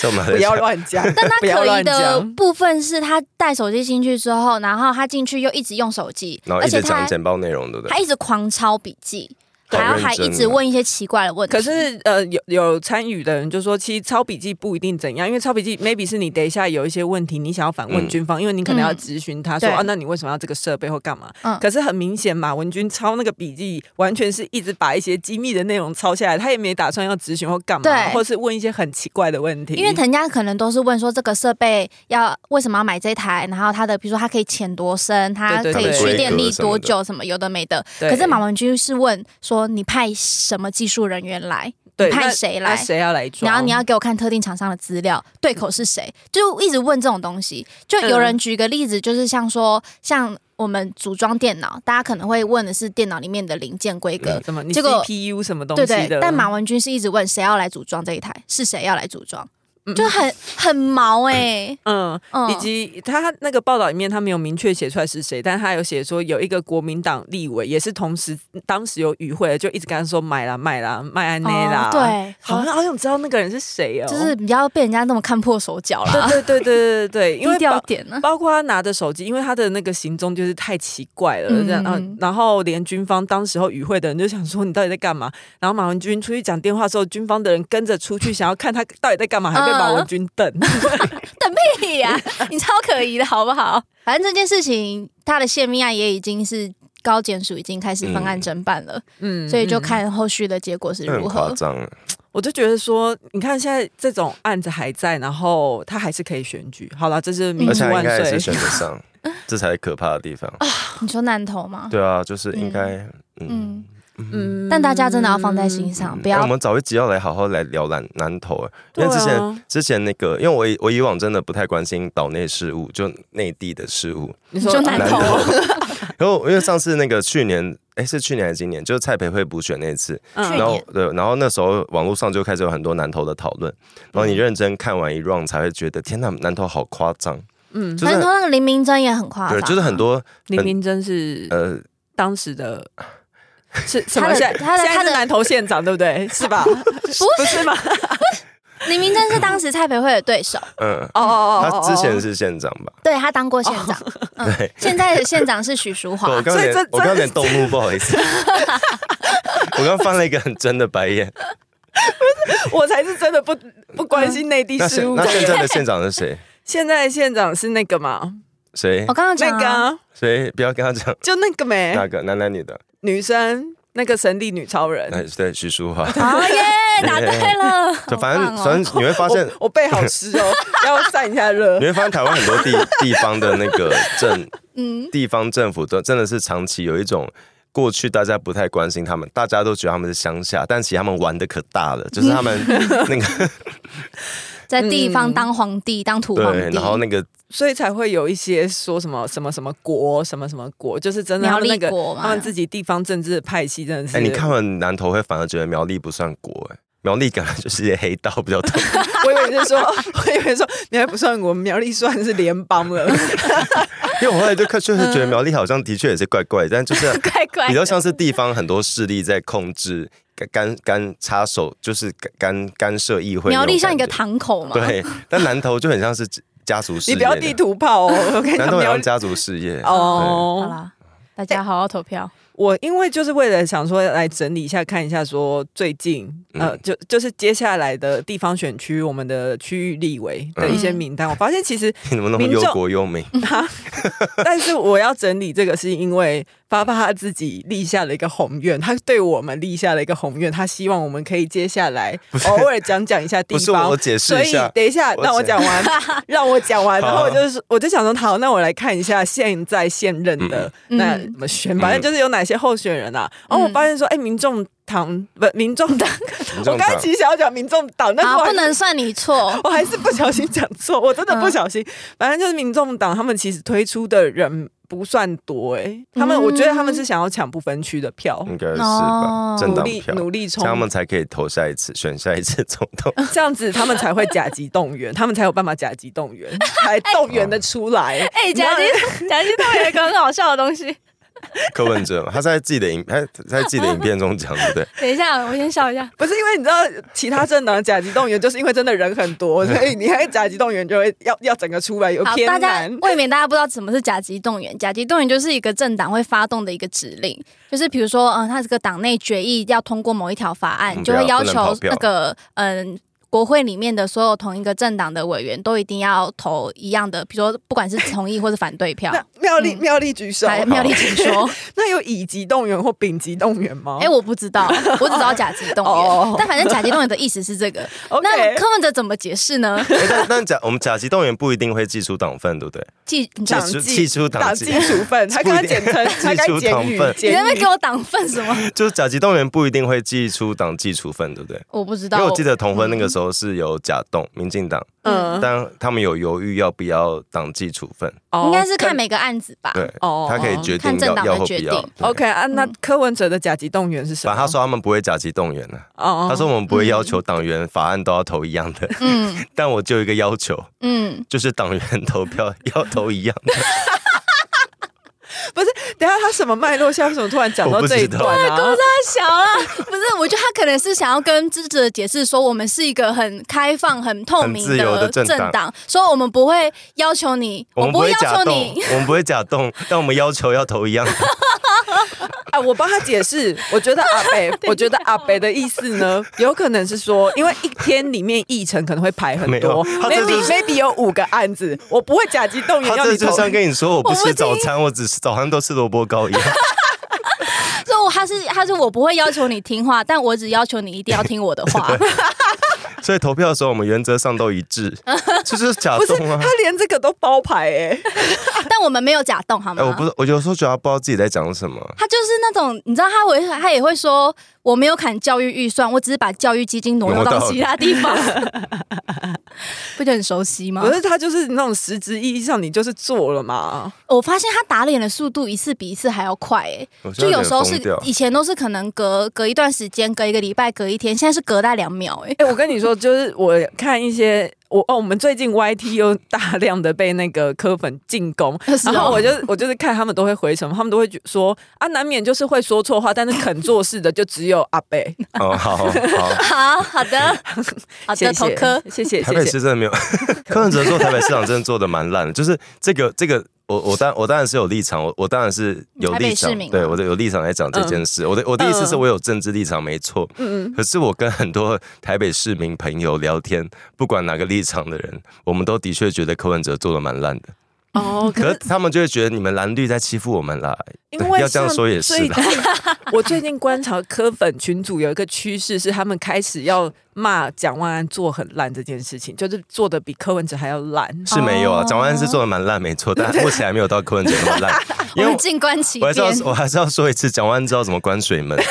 B: 在我们
A: 不 要乱讲，
C: 但他
A: 不要
C: 可疑
A: 乱
C: 的
A: 讲。
C: 部分是他带手机进去之后，然后他进去又一直用手机，
B: 然后
C: 而
B: 一
C: 且
B: 直
C: 他
B: 讲
C: 还
B: 简报内容，对不对
C: 他？一直狂抄笔记，
B: 好
C: 然后
B: 认
C: 还
B: 真
C: 一直
B: 哦
C: 问一些奇怪的问题。
A: 可是呃，有有参与的人就说，其实抄笔记不一定怎样，因为抄笔记 maybe 是你等一下有一些问题，你想要反问
B: 嗯
A: 军方，因为你可能要
C: 嗯
A: 咨询他说、
C: 对
A: 啊，那你为什么要这个设备或干嘛？
C: 嗯
A: 可是很明显，马文君抄那个笔记，完全是一直把一些机密的内容抄下来，他也没打算要咨询或干嘛，
C: 对
A: 或是问一些很奇怪的问题。
C: 因为人家可能都是问说这个设备要为什么要买这台，然后它的比如说它可以潜多深，它
A: 对对
C: 可以
A: 对
C: 蓄电力多久，什么有的没的。
A: 对
C: 可是马文君是问说你派什么技术人员来，
A: 对
C: 你派
A: 那
C: 谁
A: 那
C: 来
A: 谁要来装？
C: 然后你要给我看特定厂商的资料，对口是谁，就一直问这种东西。就
A: 嗯
C: 有人举个例子，就是像说像我们组装电脑，大家可能会问的是电脑里面的零件规格，
A: 什么？你
C: 结果
A: CPU 什么东
C: 对
A: 西的？
C: 对，但马文君是一直问谁要来组装这一台，是谁要来组装，就很 很毛哎、
A: 嗯，
C: 嗯
A: 以及他那个报道里面，他没有明确写出来是谁，但他有写说有一个国民党立委也是同时当时有与会的，就一直跟他说买啦买啦卖安内啦、
C: 哦对
A: 好像好想知道那个人是谁哦，
C: 就是比较被人家那么看破手脚啦，
A: 对对对对对对，因为
C: 低调
A: 包
C: 一点啊 呢、
A: 包括他拿着手机，因为他的那个行踪就是太奇怪了，
C: 嗯
A: 这样，嗯，然后连军方当时候与会的人就想说你到底在干嘛？然后马文君出去讲电话的时候，军方的人跟着出去想要看他到底在干嘛，还被马
C: 嗯
A: 文君瞪。
C: 对呀、你超可疑的好不好？反正这件事情，他的泄密案也已经是高检署已经开始分案侦办了，
A: 嗯
C: 所以就
A: 嗯
C: 看后续的结果是
B: 这很
C: 如
B: 夸
C: 何。
B: 张，啊
A: 我就觉得说，你看现在这种案子还在，然后他还是可以选举。好了，这是民
C: 嗯
B: 而
A: 主
B: 且他
A: 万
B: 应该也是
A: 岁。
B: 选得上，这才是可怕的地方。
C: 你说南投吗？
B: 对啊，就是应该，嗯
C: 嗯，
B: 嗯。
A: 嗯
C: 但大家真的要放在心上，不
B: 哎
C: 要
B: 我。们早一集要来好好来聊南南投、哎
A: 对
B: 因
A: 啊
B: 为之前、之前那个，因为我以我以往真的不太关心岛内事务，就内地的事务。
A: 你嗯
C: 就南投，
B: 然后因为上次那个去年，哎、是去年还是今年？就是蔡培慧补选那一次，
C: 去
B: 然
A: 嗯
B: 后对，然后那时候网络上就开始有很多南投的讨论，然
C: 嗯
B: 后你认真看完一 round 才会觉得，天呐，南投好夸张，
A: 嗯，
B: 就是
C: 南投那个林明真也很夸张
B: 对，
C: 啊，
B: 就是很多
A: 林明真是
B: 呃，
A: 当时 的。是什么？
C: 他的
A: 现在
C: 他的
A: 现在
C: 他
A: 是
C: 的
A: 南投县长，对不 对？是吧？不是吗？
C: 林明真是当时蔡培慧的对手，
B: 嗯、
A: 哦哦哦
B: 他
A: 哦，
B: 之前
A: 哦
B: 是县长吧？
C: 对他当过县长， 嗯，现在的县长是许淑华
B: 哦对，我，刚
A: 所以
B: 有
A: 这
B: 点，我刚有点动怒，不好意思， 我刚翻了一个很真的白眼。
A: 我才是真的不不关
C: 嗯
A: 心内地
B: 那
A: 事
B: 现
A: 务
B: 那
A: 的
B: 现
A: 人。
B: 在的县长是谁？
A: 现在县长是那个嘛？
B: 谁
C: 我？刚
A: 那
C: 刚讲
A: 个
C: 啊
A: 啊
B: 谁？不要跟他讲
A: 就那个没
C: 哎
B: 那个男男女 的，
A: 女生，那个神力女超人。
B: 哎，对，徐淑华。
C: 哦 耶，答对了，
B: 就反正
C: 好棒哦
B: 反正你会发现
A: 我，我背好湿 哦，要散一下热
B: 你。会发现台湾很多 地地方的那个政
C: 嗯
B: 地方政府都真的是长期有一种过去大家不太关心他们，大家都觉得他们是乡下，但其实他们玩的可大了，就是他们
C: 嗯
B: 那个
C: 在地方当皇帝、当 土皇
B: 对，
C: 帝
B: 然，后那个
A: 所以才会有一些说什么什么什么国什么什么国，就是真的他
C: 苗
A: 们那
C: 栗
A: 个
C: 国嘛
A: 他们自己地方政治的派系真的是。
B: 哎、你看，完南投会反而觉得苗栗不算国、哎，苗栗感觉就是一些黑道比较 多，
A: 我以为是说，我以为说你还不算我们苗栗算是联邦 了，
B: 因为我后来就看确实觉得苗栗好像的确也是怪怪，但就是
C: 怪怪
B: 比较
C: 的。
B: 像是地方很多势力在控制。干干干插手就是干干干涉议会那种感觉，
C: 苗栗像一个堂口嘛，
B: 对，但南投就很像是家族事业
A: 你
B: 的，
A: 不要地图炮哦。我跟你
B: 南
A: 讲，
B: 投很
A: 苗
B: 像
A: 栗
B: 家族事业。
C: 好
A: 哦，
C: 啦，大家好好投票。
A: 我因为就是为了想说来整理一下，看一下说最近
B: 嗯
A: 呃，就就是接下来的地方选区，我们的区域立委的一些
C: 嗯
A: 名单，我发现其实
B: 你怎么那么
A: 民
B: 忧
A: 众
B: 国忧民？
A: 但是我要整理这个，是因为爸爸他自己立下了一个宏愿，他对我们立下了一个宏愿，他希望我们可以接下来偶尔讲讲一下地
B: 不是
A: 方。
B: 我解释
A: 所
B: 一
A: 以
B: 下，
A: 等一下，
B: 我
A: 让我
B: 讲
A: 讲完， 让我讲完。
B: 好
A: 然后我就是，我就想说，好，那我来看一下现在现任的
C: 嗯
A: 那
C: 嗯
A: 怎么选，反正就是有哪些候选人啊。然后我发现说，哎，民众党不，民众党，
B: 民
A: 我
B: 众
A: 刚才
B: 党
A: 其实想要讲民众党，但是
C: 好，
A: 我还
C: 不能算你错。
A: 我还是不小心讲错，我真的
C: 嗯
A: 不小心。反正就是民众党他们其实推出的人不算多、欸，他们、
C: 嗯
A: 我觉得他们是想要抢不分区的票，
B: 应该是吧
C: 哦，
B: 政
A: 努
B: 嗯党
A: 力
B: 票，
A: 努力
B: 这
A: 冲
B: 样，他们才可以投下一次选下一次总统。
A: 这样子他们才会甲级动员，他们才有办法甲级动 员，才动员的出来。
C: 哎，
A: 你知道
C: 贾金，贾金他有一个很好笑的东西。
B: 柯文哲嘛，他在自己的影，他在自己的影片中讲，对不 对？
C: 等一下，我先笑一下。
A: 不是因为你知道其他政党的甲级动员，就是因为真的人很多，所以你还甲级动员就会要要整个出来有
C: 好，
A: 偏
C: 大家
A: 难。
C: 未免大家不知道什么是甲级动员。甲级动员就是一个政党会发动的一个指令， 就是比如说，嗯、它这个党内决议要通过某一条法案，
B: 嗯
C: 就会
B: 不要
C: 要
B: 不能跑
C: 求
B: 票
C: 那个嗯。国会里面的所有同一个政党的委员都一定要投一样的，比如说不管是同意或是反 对票。
A: 那妙丽
C: 嗯
A: 妙丽举手，
C: 来，妙丽请
B: 哦
C: 说。
A: 那有乙级动员或丙级动员吗？
C: 哎、我不知道，我只知道甲级 动员
A: 哦，
C: 但反正甲级动员的意思是这个。
A: o
C: 那
A: k
C: 柯文哲怎么解 释呢？
B: 哎但但甲我们甲级动员不一定会寄出党份，对不对？
C: 记，你
A: 党
B: 寄出
A: 纪
B: 寄出党
A: 党
B: 籍
A: 纪 处分，他刚刚简称，他刚简语
B: 党分，
C: 你在
A: 简
C: 那边
A: 语
C: 给。我党份什么？
B: 就是甲级动员不一定会寄出党纪处分，对不对？
C: 我不知
B: 因
C: 道。
B: 为我记得同婚那个时候是有甲动，民进党，
A: 嗯，
B: 但他们有犹豫要不要党纪处分，
A: 哦
C: 应该是看每个案子吧。
B: 对，
A: 哦
B: 他可以决定
C: 啊看政
B: 要
C: 党的
B: 要或不
C: 决定
B: 要。哦对
A: OK 啊，那
C: 嗯
A: 柯文哲的甲级动员是什
B: 反
A: 么？
B: 正他说他们不会甲级动员呢、啊
A: 哦，
B: 他说我们不会要求党员法案都要投一样的，
C: 嗯
B: 但我就有一个要求，
C: 嗯。
B: 就是党员投票要投一样的。
A: 等一下他什么脉络下，为什么突然讲到这一段啊？
C: 小了，不是，我觉得他可能是想要跟支持者解释说，我们是一个很开放、很透明
B: 很自由的政
C: 政
B: 党
C: 党，说我们不会要求你，
B: 我们
C: 不
B: 不
C: 会
B: 会
C: 要
B: 假
C: 求
B: 动
C: 你，，
B: 我们不会假动，但我们要求要投一样的。
A: 啊，我帮他解释，我觉得阿 北，我觉得阿北的意思呢，有可能是说，因为一天里面议程可能会排很
B: 没有
A: 多
B: 他这就
A: ，maybe
B: 是
A: maybe 有五个案子，我不会甲级动员
B: 他
A: 要
B: 这
A: 你
B: 就
A: 投。
B: 像跟你说我不
C: 我不
B: 吃
C: 听
B: 早餐，我只是早上都吃萝卜糕一样。
C: 说我他是他是我不会要求你听话，但我只要求你一定要听我的 话。
B: 所以投票的时候，我们原则上都一致，这就是假
A: 不是，
B: 动啊
A: 他。连这个都包牌哎，
C: 但我们没有假动，好
B: 哎，我
C: 吗
B: 不？是，我有时候觉得他不知道自己在讲什么。
C: 他就是那种，你知道他会他也会说，我没有砍教育预算，我只是把教育基金挪用
B: 挪
C: 到
B: 到
C: 其他地方， 不就很熟悉吗
A: 可？是他就是那种实质意义上你就是做了嘛。
C: 我发现他打脸的速度一次比一次还要快、哎，
B: 我现
C: 就
B: 在
C: 有
B: 点
C: 时候是
B: 疯掉
C: 以前都是可能隔隔一段时间，隔一个礼拜，隔一天，现在是隔大两秒、 哎，
A: 哎、我跟你说，就是我看一些我哦，我们最近 YT 又大量的被那个科粉进攻，
C: 是哦
A: 然后我就我就是看他们都会回什么，他们都会说啊，难免就是会说错话，但是肯做事的就只有阿贝。
B: 哦，好好好，
C: 好好 的，好
A: 谢
C: 的，啊头
A: 谢
C: 科，，
A: 谢谢
B: 台北
A: 谢
B: 市
A: 谢。
B: 真的没有，柯文哲做台北市长真的做的蛮烂的，就是这个这个。我我当我当然是有立场，我我当然是有
C: 台北
B: 立
C: 市
B: 场
C: 民，
B: 对
C: 嘛
B: 我的有立场来讲这件事。我的我的意思是
A: 嗯
B: 我有政治立场没错，
A: 嗯
B: 可是我跟很多台北市民朋友聊天，不管哪个立场的人，我们都的确觉得柯文哲做的蛮烂的。
A: 哦，
B: 可
A: 可
B: 是
A: 是
B: 他们就会觉得你们蓝绿在欺负我们啦。
A: 因为
B: 要这样
A: 像
B: 说也是
A: 最
B: 啦
A: 近 我最近观察科粉群组有一个趋势是，他们开始要骂蒋万安做很烂这件事情，就是做的比柯文哲还要烂。
B: 是没有啊，
C: 哦
B: 蒋万安是做的蛮烂，没错，但 目前还没有到柯文哲那么烂，
C: 我
B: 因为
C: 们静观其
B: 我还
C: 变
B: 是。要我还是要说一次，蒋万安知道怎么关水 门。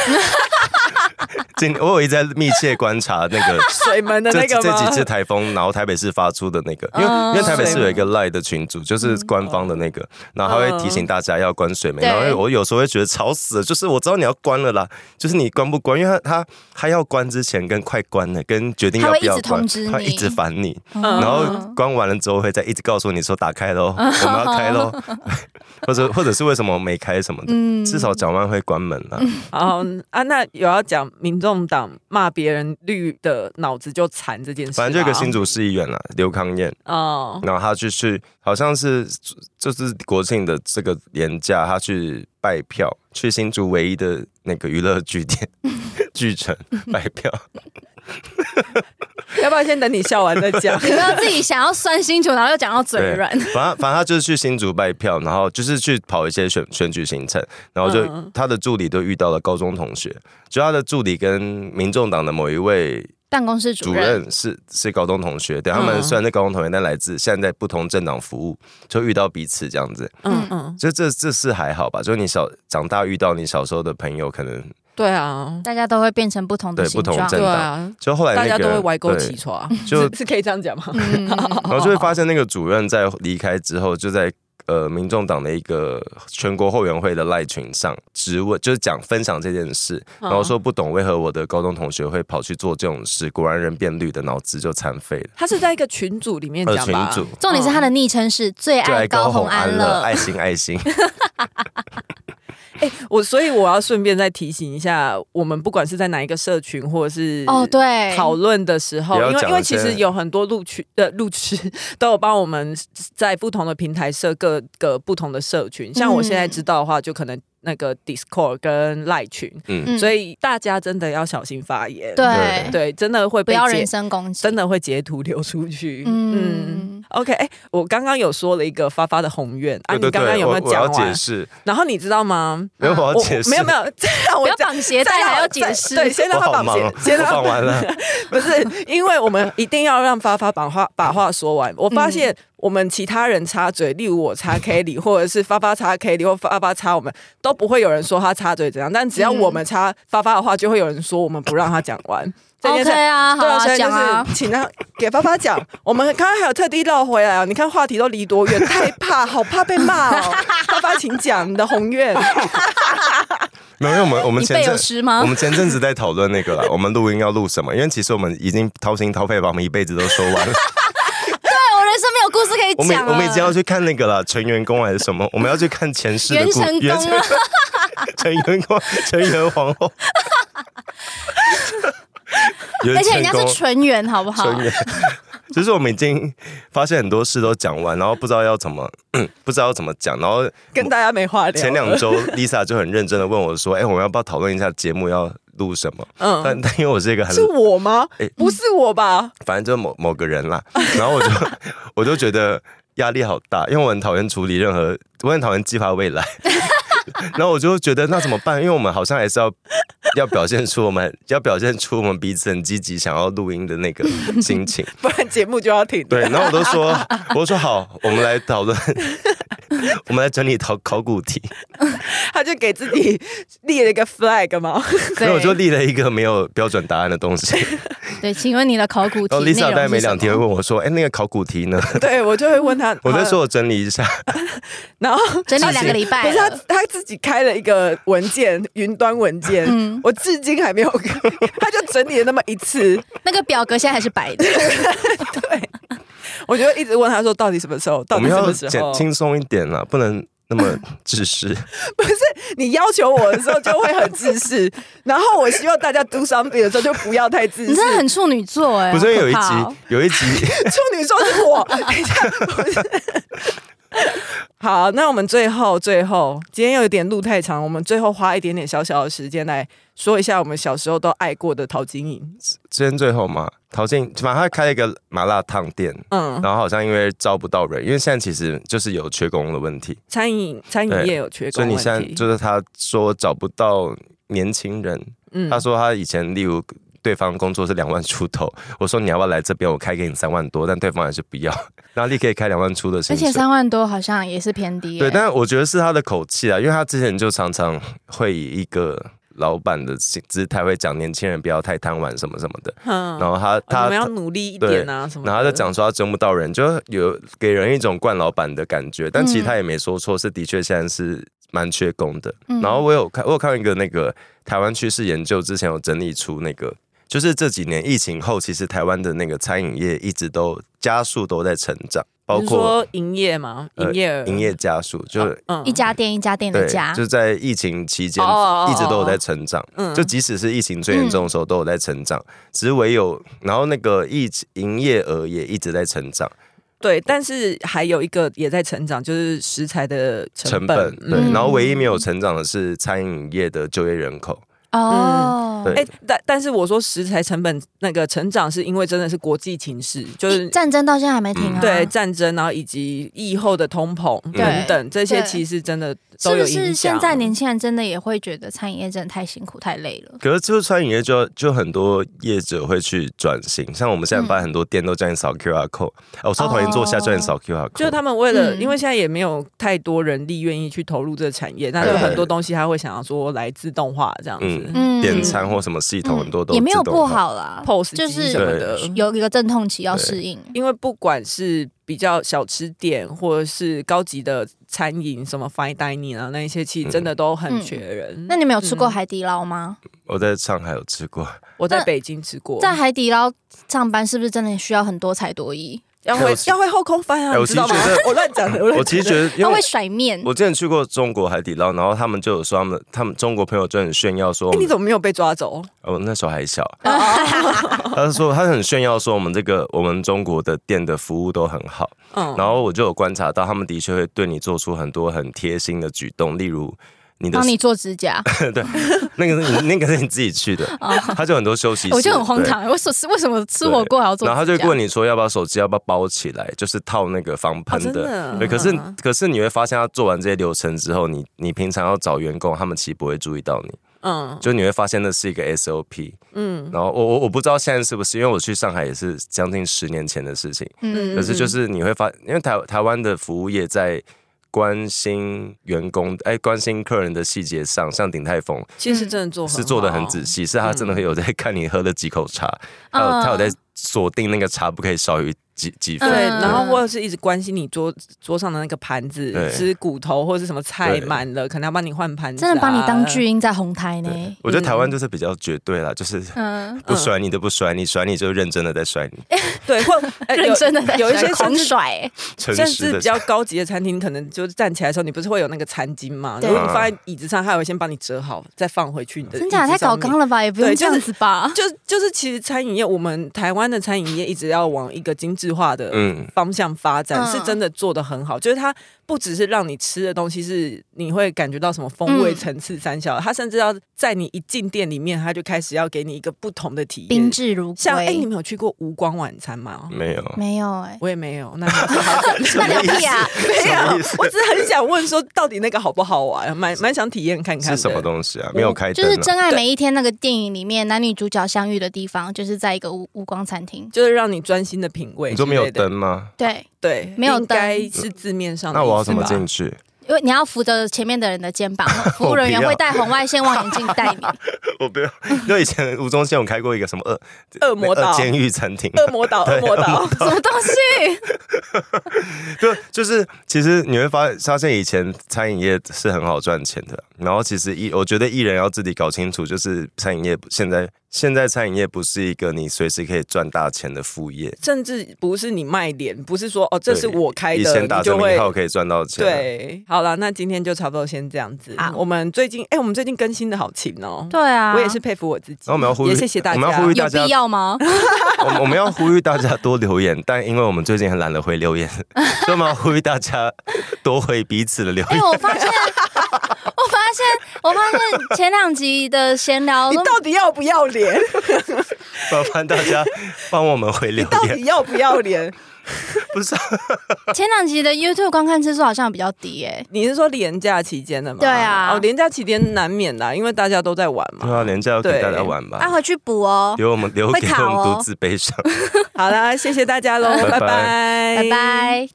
B: 今我有一直在密切观察那个
A: 水门的
B: 这
A: 那
B: 这
A: 个
B: 几次
A: 吗？
B: 台风，然后台北市发出的那个，因为、
C: 哦
B: 因为台北市有一个 Line 的群组，就是
C: 嗯
B: 官方的那个，然后他会提醒大家要关水门。
C: 哦对
B: 然后我有时候会觉得吵死了，就是我知道你要关了啦，就是你关不关？因为他他他要关之前跟快关了，跟决定要不要
C: 他会一直
B: 关
C: 通知，你
B: 他一直烦你，
C: 嗯
B: 然后关完了之后会再一直告诉你说打开 喽，我们要开喽， 或者或者是为什么没开什么的，
C: 嗯
B: 至少蒋万会关门了。
A: 哦啊，那有要讲民众党骂别人绿的脑子就残这件事吗，
B: 反正就有
C: 啊
B: 一个新竹市议员啦，刘康燕，
A: 哦，
B: 然后他就去，好像是就是国庆的这个年假，他去拜票，去新竹唯一的那个娱乐据点 巨城拜票。
A: 要不要先等你笑完再 讲？
C: 你不要自己想要酸心酒，然后又讲到嘴软。
B: 反正反正他就是去新竹拜票，然后就是去跑一些选选举行程，然后就、
A: 嗯
B: 他的助理都遇到了高中同学，就他的助理跟民众党的某一位
C: 办公室
B: 主
C: 主任，
B: 任是是高中同学，对他
A: 嗯
B: 们虽然是高中同学，但来自现在在不同政党服务，就遇到彼此这样子。
A: 嗯嗯，
B: 就这这事还好吧？就你小长大遇到你小时候的朋友，可能
A: 对啊，
C: 大家都会变成不同的
B: 对
C: 形
B: 不同
C: 状。
B: 阵
A: 对啊，
B: 就后来那
A: 大
B: 个
A: 家都会歪钩
B: 对
A: 起床，
B: 就是
A: 是可以这样讲吗？
C: 嗯，
B: 然后就会发现那个主任在离开之后，就在呃民众党的一个全国后援会的赖群上质问，就是讲分享这件事， 然后
A: 哦嗯
B: 说不懂为何我的高中同学会跑去做这种事，果然人变绿的脑子就残废了。
A: 他是在一个群组里面
B: 呃，
A: 讲
B: 群
A: 吧，
B: 主
C: 重点是他的昵称是最
B: 就
C: 爱
B: 来
C: 哎高
B: 高
C: 红
B: 红
C: 安
B: 安乐，
C: 乐。
B: 爱心爱心，
A: 哎、我所以我要顺便再提醒一下，我们不管是在哪一个社群，或者是
C: 哦，对，
A: 讨论的时候，
B: 也
A: 因
B: 要
A: 为
B: 讲
A: 因为
B: 一
A: 其
B: 些
A: 实有很多路区 的路痴都有帮我们在不同的平台设各个不同的社
C: 嗯
A: 群，像我现在知道的话，就可能那个 Discord 跟赖群，
B: 嗯，
C: 嗯
A: 所以大家真的要小心发言，
C: 对，
A: 对，真的会
C: 不
A: 被
C: 要
A: 截
C: 人身攻击，
A: 真的会截图流出去，嗯。
C: 嗯，
A: OK，哎、我刚刚有说了一个发发的宏愿啊，
B: 对 对
A: 你刚
B: 对
A: 刚有
B: 我
A: 没有
B: 我要
A: 讲完哎
B: 解？释，
A: 然后你知道吗？
B: 没有我要
A: 我
B: 解释，
A: 没有没有， 这样
C: 不
A: 我
C: 要
A: 讲
C: 绑鞋带还要解释，
A: 对，先让他
B: 我好
A: 绑
B: 忙
A: 鞋
B: 哦，，
A: 先
B: 我
A: 让他
B: 放完了，
A: 不是，因为我们一定要让发发把话把话说完。我发现我们其他人插嘴，例如我插 k e l l y 或者是发发插 k e l l y 或发发插我们，都不会有人说他插嘴怎样，但只要我们插发发的话，就会有人说我们不让他讲完。这件
C: OK
A: 事
C: 啊，好
A: 对啊，所
C: 啊，
A: 以
C: 讲啊
A: 就，是请他给爸爸讲。我们刚刚还有特地绕回来哦，你看话题都离多远，太怕，好怕被骂哦。爸爸，请讲你的宏愿。
B: 没有，因为我们我们
C: 你
B: 前
C: 背有
B: 阵
C: 诗吗
B: 我？们前阵子在讨论那 个了，我们录音要录什么？因为其实我们已经掏心掏肺把我们一辈子都说完 了，
C: 对我人生没有故事可以
B: 我们
C: 讲了，啊
B: 我们已经要去看那个了，陈员工还是什么？我们要去看前世的
C: 元
B: 故
C: 成功 了，
B: 陈员工、陈元皇后，
C: 而
B: 元
C: 且
B: 成
C: 人家
B: 功
C: 是纯元，好不好？
B: 成员， 就是我们已经发现很多事都讲完，然后不知道要怎么， 不知道要怎么讲，然后
A: 跟大家没话聊。
B: 前两周，Lisa 就很认真的问我说：“哎、我们要不要讨论一下节目要录什么？”
A: 嗯
B: 但 但因为我是一个很
A: 是，我吗
B: 哎？
A: 不是我吧？
B: 反正就某某个人啦，然 后我就我就觉得压力好大，因为我很讨厌处理任何，我很讨厌激发未 来。 然后我就觉得那怎么办？因为我们好像还是要要表现出我们要表现出我们彼此很积极想要录音的那个心 情。
A: 不然节目就要停。
B: 对，，然后我都说，我都说好，我们来讨 论，我们来整理考考古题。
A: 他就给自己立了一个 flag 嘛。
B: 所以我
C: 对
B: 就立了一个没有标准答案的东西。
C: 对，请问你的考古题
B: 然后
C: 内容是
B: 哦 Lisa
C: 什
B: 大概
C: 么？呃
B: 每两天会问我说：“哎、那个考古题呢，？”
A: 对，我就会问他
B: 我就说：“我整理一下。
A: 他，然后
C: 整理两个礼拜
A: 不是他
C: 了，
A: 他自己开了一个文件，云端文件，
C: 嗯
A: 我至今还没有， 他就整理了那么一次，
C: 那个表格现在还是白的，
A: 我就一直问他说，到底什么时候？”到
B: 我
A: 底
B: 们
A: 什
B: 要
A: 么时候
B: 简？轻松一点啦，不能 那么自私。
A: 你要求我的时候就会很自私， 然后我希望大家 do something 的时候就不要太自私。
C: 你真的很处女座哎，
B: 不是
C: 好
B: 有
C: 可
B: 一
C: 怕
B: 集
C: 哦，
B: 有一集，
A: 处女座是我，等一下不是 好，那我们最后最后，今天又有点路太长，我们最后花一点点小小的时间来说一下我们小时候都爱过的淘金营。
B: 今天最后嘛，陶静反正他开了一个麻辣烫店，
A: 嗯，
B: 然后好像因为招不到人，因为现在其实就是有缺工的问题，
A: 餐饮餐饮业有缺
B: 所
A: 工
B: 以你
A: 问
B: 现在
A: 题，
B: 就是他说找不到年轻人，
A: 嗯
B: 他说他以前例如。对方工作是两万出头，我说你要不要来这边？我开给你三万多，但对方还是不要。哪里可以开两万出的
C: 而
B: 薪水？
C: 且三万多好像也是偏低、
B: 对，
C: 欸。
B: 但我觉得是他的口气啊，因为他之前就常常会以一个老板的姿态会讲年轻人不要太贪玩什么什么的，
A: 嗯，
B: 然后他
A: 我
B: 他
A: 们要努力一点啊什么的。
B: 然后他就讲说他争不到人，就有给人一种惯老板的感觉，但其实
C: 嗯
B: 他也没说错，是的确现在是蛮缺工的。
C: 嗯
B: 然后我有看，我有看一个那个台湾趋势研究，之前有整理出那个，就是这几年疫情后，其实台湾的那个餐饮业一直都加速都在成长，包
A: 你是
B: 括
A: 说营业嘛，
B: 呃
A: 营业额
B: 营业加速，就
A: 哦嗯
C: 一家店一家店的
B: 对
C: 加，，
B: 就在疫情期间
A: 哦哦哦
B: 一直都有在成长。
A: 嗯
B: 就即使是疫情最严重的时候都有在成长，只是唯有然后那个疫营业额也一直在成长，
A: 对，但是还有一个也在成长，就是食材的
B: 成
A: 本
B: 本。对，
A: 嗯
B: 然后唯一没有成长的是餐饮业的就业人口，
C: 哦，
B: 对
A: 哎、但但是我说食材成本那个成长，是因为真的是国际情势，就是
C: 一战争到现在还没
B: 嗯
C: 停啊，
A: 对战争，然后以及疫后的通膨等等，这些
C: 对
A: 其实真的
C: 是
A: 都
C: 不
A: 有影响。
C: 是现在年轻人真的也会觉得餐饮业真的太辛苦太累了？
B: 可是就是餐饮业就就很多业者会去转型，像我们现在发现很多店都叫你扫 QR code，、哎，我超讨厌坐下
C: 哦
B: 叫你扫 QR code，
A: 就是他们为了，
C: 嗯
A: 因为现在也没有太多人力愿意去投入这个产业，那
B: 对
A: 就很多东西他会想要说来自动化这样子。
B: 嗯
C: 嗯
B: 点餐或什么系统很多都
C: 也没有
B: 自动
C: 不
B: 化，
C: 好啦，
A: POS
C: 就
A: 机
C: 是
A: 什么的，
C: 有一个阵痛期要适应。
A: 因为不管是比较小吃店，或者是高级的餐饮，什么 fine dining 啊那一些，其实
B: 嗯
A: 真的都很缺人。
C: 嗯那你们有吃过
A: 嗯
C: 海底捞吗？
B: 我在上海有吃过，
A: 我在
C: 那
A: 北京吃过，
C: 在海底捞上班是不是真的需要很多才多艺？
A: 要
B: 哎
A: 会
B: 我其
A: 要会后空翻啊，
B: 哎
A: 你
B: 我
A: 知道吗
B: 其实觉得？
A: 我乱讲的，我乱
B: 我其实
A: 讲的
B: 觉得因
C: 他
B: 为
C: 会。甩面，
B: 我之前去过中国海底捞，然后他们就有说他们他们中国朋友就很炫耀说我
A: 哎，你
B: 们，
A: 怎么没有被抓走？
B: 哦，那时候还小，
C: 哦
B: 他就说他很炫耀说我们这个我们中国的店的服务都很好，
A: 嗯，
B: 然后我就有观察到，他们的确会对你做出很多很贴心的举动，例如你的
C: 帮你做指甲，
B: 那个是你那个是你自己去的，他就很多休息室，
C: 我就很荒
B: 对。
C: 唐，我说为什么吃火锅还要做指
B: 然
C: 甲？
B: 后他就会问你说要不要手机，要不要包起来，就是套那个防
A: 哦
B: 喷
A: 真
B: 的。
A: 的，
B: 对，可是
A: 嗯
B: 可是你会发现，他做完这些流程之后，你你平常要找员工，他们其实不会注意到你，
A: 嗯
B: 就你会发现那是一个 SOP。
A: 嗯
B: 然后我我我不知道现在是不是，因为我去上海也是将近十年前的事情。
A: 嗯
B: 可是就是你会发，因为台台湾的服务业在关心员工，哎，关心客人的细节上，像鼎泰丰
A: 其实真的做
B: 是做的很仔
A: 细，
B: 细，是他真的会有在看你喝了几口茶，还有
C: 嗯
B: 他有在锁定那个茶不可以少于几几
A: 对，
B: 分。
C: 嗯
A: 然后我也是一直关心你桌桌上的那个盘子，
B: 对
A: 吃骨头或是什么菜
B: 对
A: 满了，可能要帮你换盘子啊，
C: 真的把你当巨婴在哄抬
B: 对
C: 呢。
B: 我觉得台湾就是比较绝对啦，就是
C: 嗯，
B: 不甩你的不甩你，甩你就认真的在甩你，
A: 对， 或哎有
C: 认真的
A: 有一些甚
C: 狂
A: 至
C: 甩欸，
B: 诚
A: 甚
B: 实
A: 至
B: 的
A: 比。较高级的餐厅，可能就是站起来的时候，你不是会有那个餐巾吗？
C: 对
A: 如果你放在椅子上，他会先帮你折好，再放回去你的。
C: 真假太搞纲。了吧？也不用
A: 对就
C: 这
A: 是
C: 样子吧？
A: 就就是，其实餐饮业，我们台湾的餐饮业一直要往一个精致化的
B: 嗯，
A: 方向发展，
C: 嗯
A: 是真的做的很好。就是它不只是让你吃的东西是你会感觉到什么风味
C: 嗯
A: 层次三小，它甚至要在你一进店里面，它就开始要给你一个不同的体
C: 宾
A: 验。
C: 至如
A: 像哎、你
C: 归。
A: 们有去过无光晚餐吗？
B: 没有。
C: 没有哎，
A: 我也没有，那你们好好讲
C: 那聊屁啊！
A: 没
B: 什么意
A: 有
B: 思，
A: 我只是很想问说，到底那个好不好玩？蛮蛮想体验看看
B: 是
A: 的。
B: 什么东西啊？没有开
C: 就
B: 灯、
C: 是
B: 啊。
C: 《真爱每一天》那个电影里面，男女主角相遇的地方，就是在一个无无光餐厅。
A: 就是让你专心的品味。
B: 你说没有，灯吗？
C: 对，
A: 对，
C: 没有
A: 应该
C: 灯
A: 是字面上的意
B: 那
A: 思吧。
B: 我要怎么进去？
C: 因为你要扶着前面的人的肩膀，服务人员
B: 我不要
C: 会戴红外线望远镜带你。
B: 我不要。就以前吴宗宪有开过一个什么恶
A: 恶魔岛
B: 恶呃监狱餐厅，
A: 恶魔岛，恶魔岛，
C: 什么东西？
B: 就就是其实你会发发现以前餐饮业是很好赚钱的，然后其实艺我觉得艺人要自己搞清楚，就是餐饮业现在现在餐饮业不是一个你随时可以赚大钱的副业，
A: 甚至不是你卖脸，不是说哦这是
B: 对
A: 我开
B: 以
A: 的，
B: 前打
A: 你
B: 成
A: 就
B: 名
A: 会
B: 号可以赚到钱啊、
A: 对。好了，那今天就差不多先这样子。
C: 好
A: 我们最近哎、我们最近更新的好勤哦、
C: 对啊，
A: 我也是。佩服我自己。
B: 那我们要呼吁
A: 也谢谢大家。
B: 我们要呼吁
C: 有
B: 大家
C: 必要吗？
B: 我们我们要呼吁大家多留言，但因为我们最近很懒得回留言，所以我们要呼吁大家多回彼此的留
C: 哎、
B: 言。
C: 我发现， 我发现，我发现前两集的闲聊
A: 你
C: 都
A: 到底要不要 脸？
B: 麻烦大家帮我们回留
A: 到
B: 言
A: 底，要不要脸？
B: 不是啊、
C: 前两集的 YouTube 观看次数好像比较低诶、
A: 你是说廉价期间的吗？
C: 对啊
A: 哦，廉价期间难免啦，因为大家都在玩
B: 对啊，
A: 嘛。
B: 廉价要给大家玩
C: 要
B: 吧，
C: 回去补哦。
B: 留我们留
C: 会
B: 给
C: 卡
B: 我们
C: 哦
B: 独自悲伤。
A: 好啦，谢谢大家喽，
B: 拜拜
A: 拜拜，
C: 拜拜。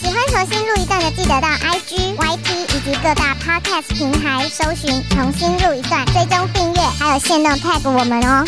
D: 喜欢重新录一段的，记得到 IG、YT 以及各大 Podcast 平台搜寻“重新录一段”，追踪订阅，还有限定 tag 我们哦。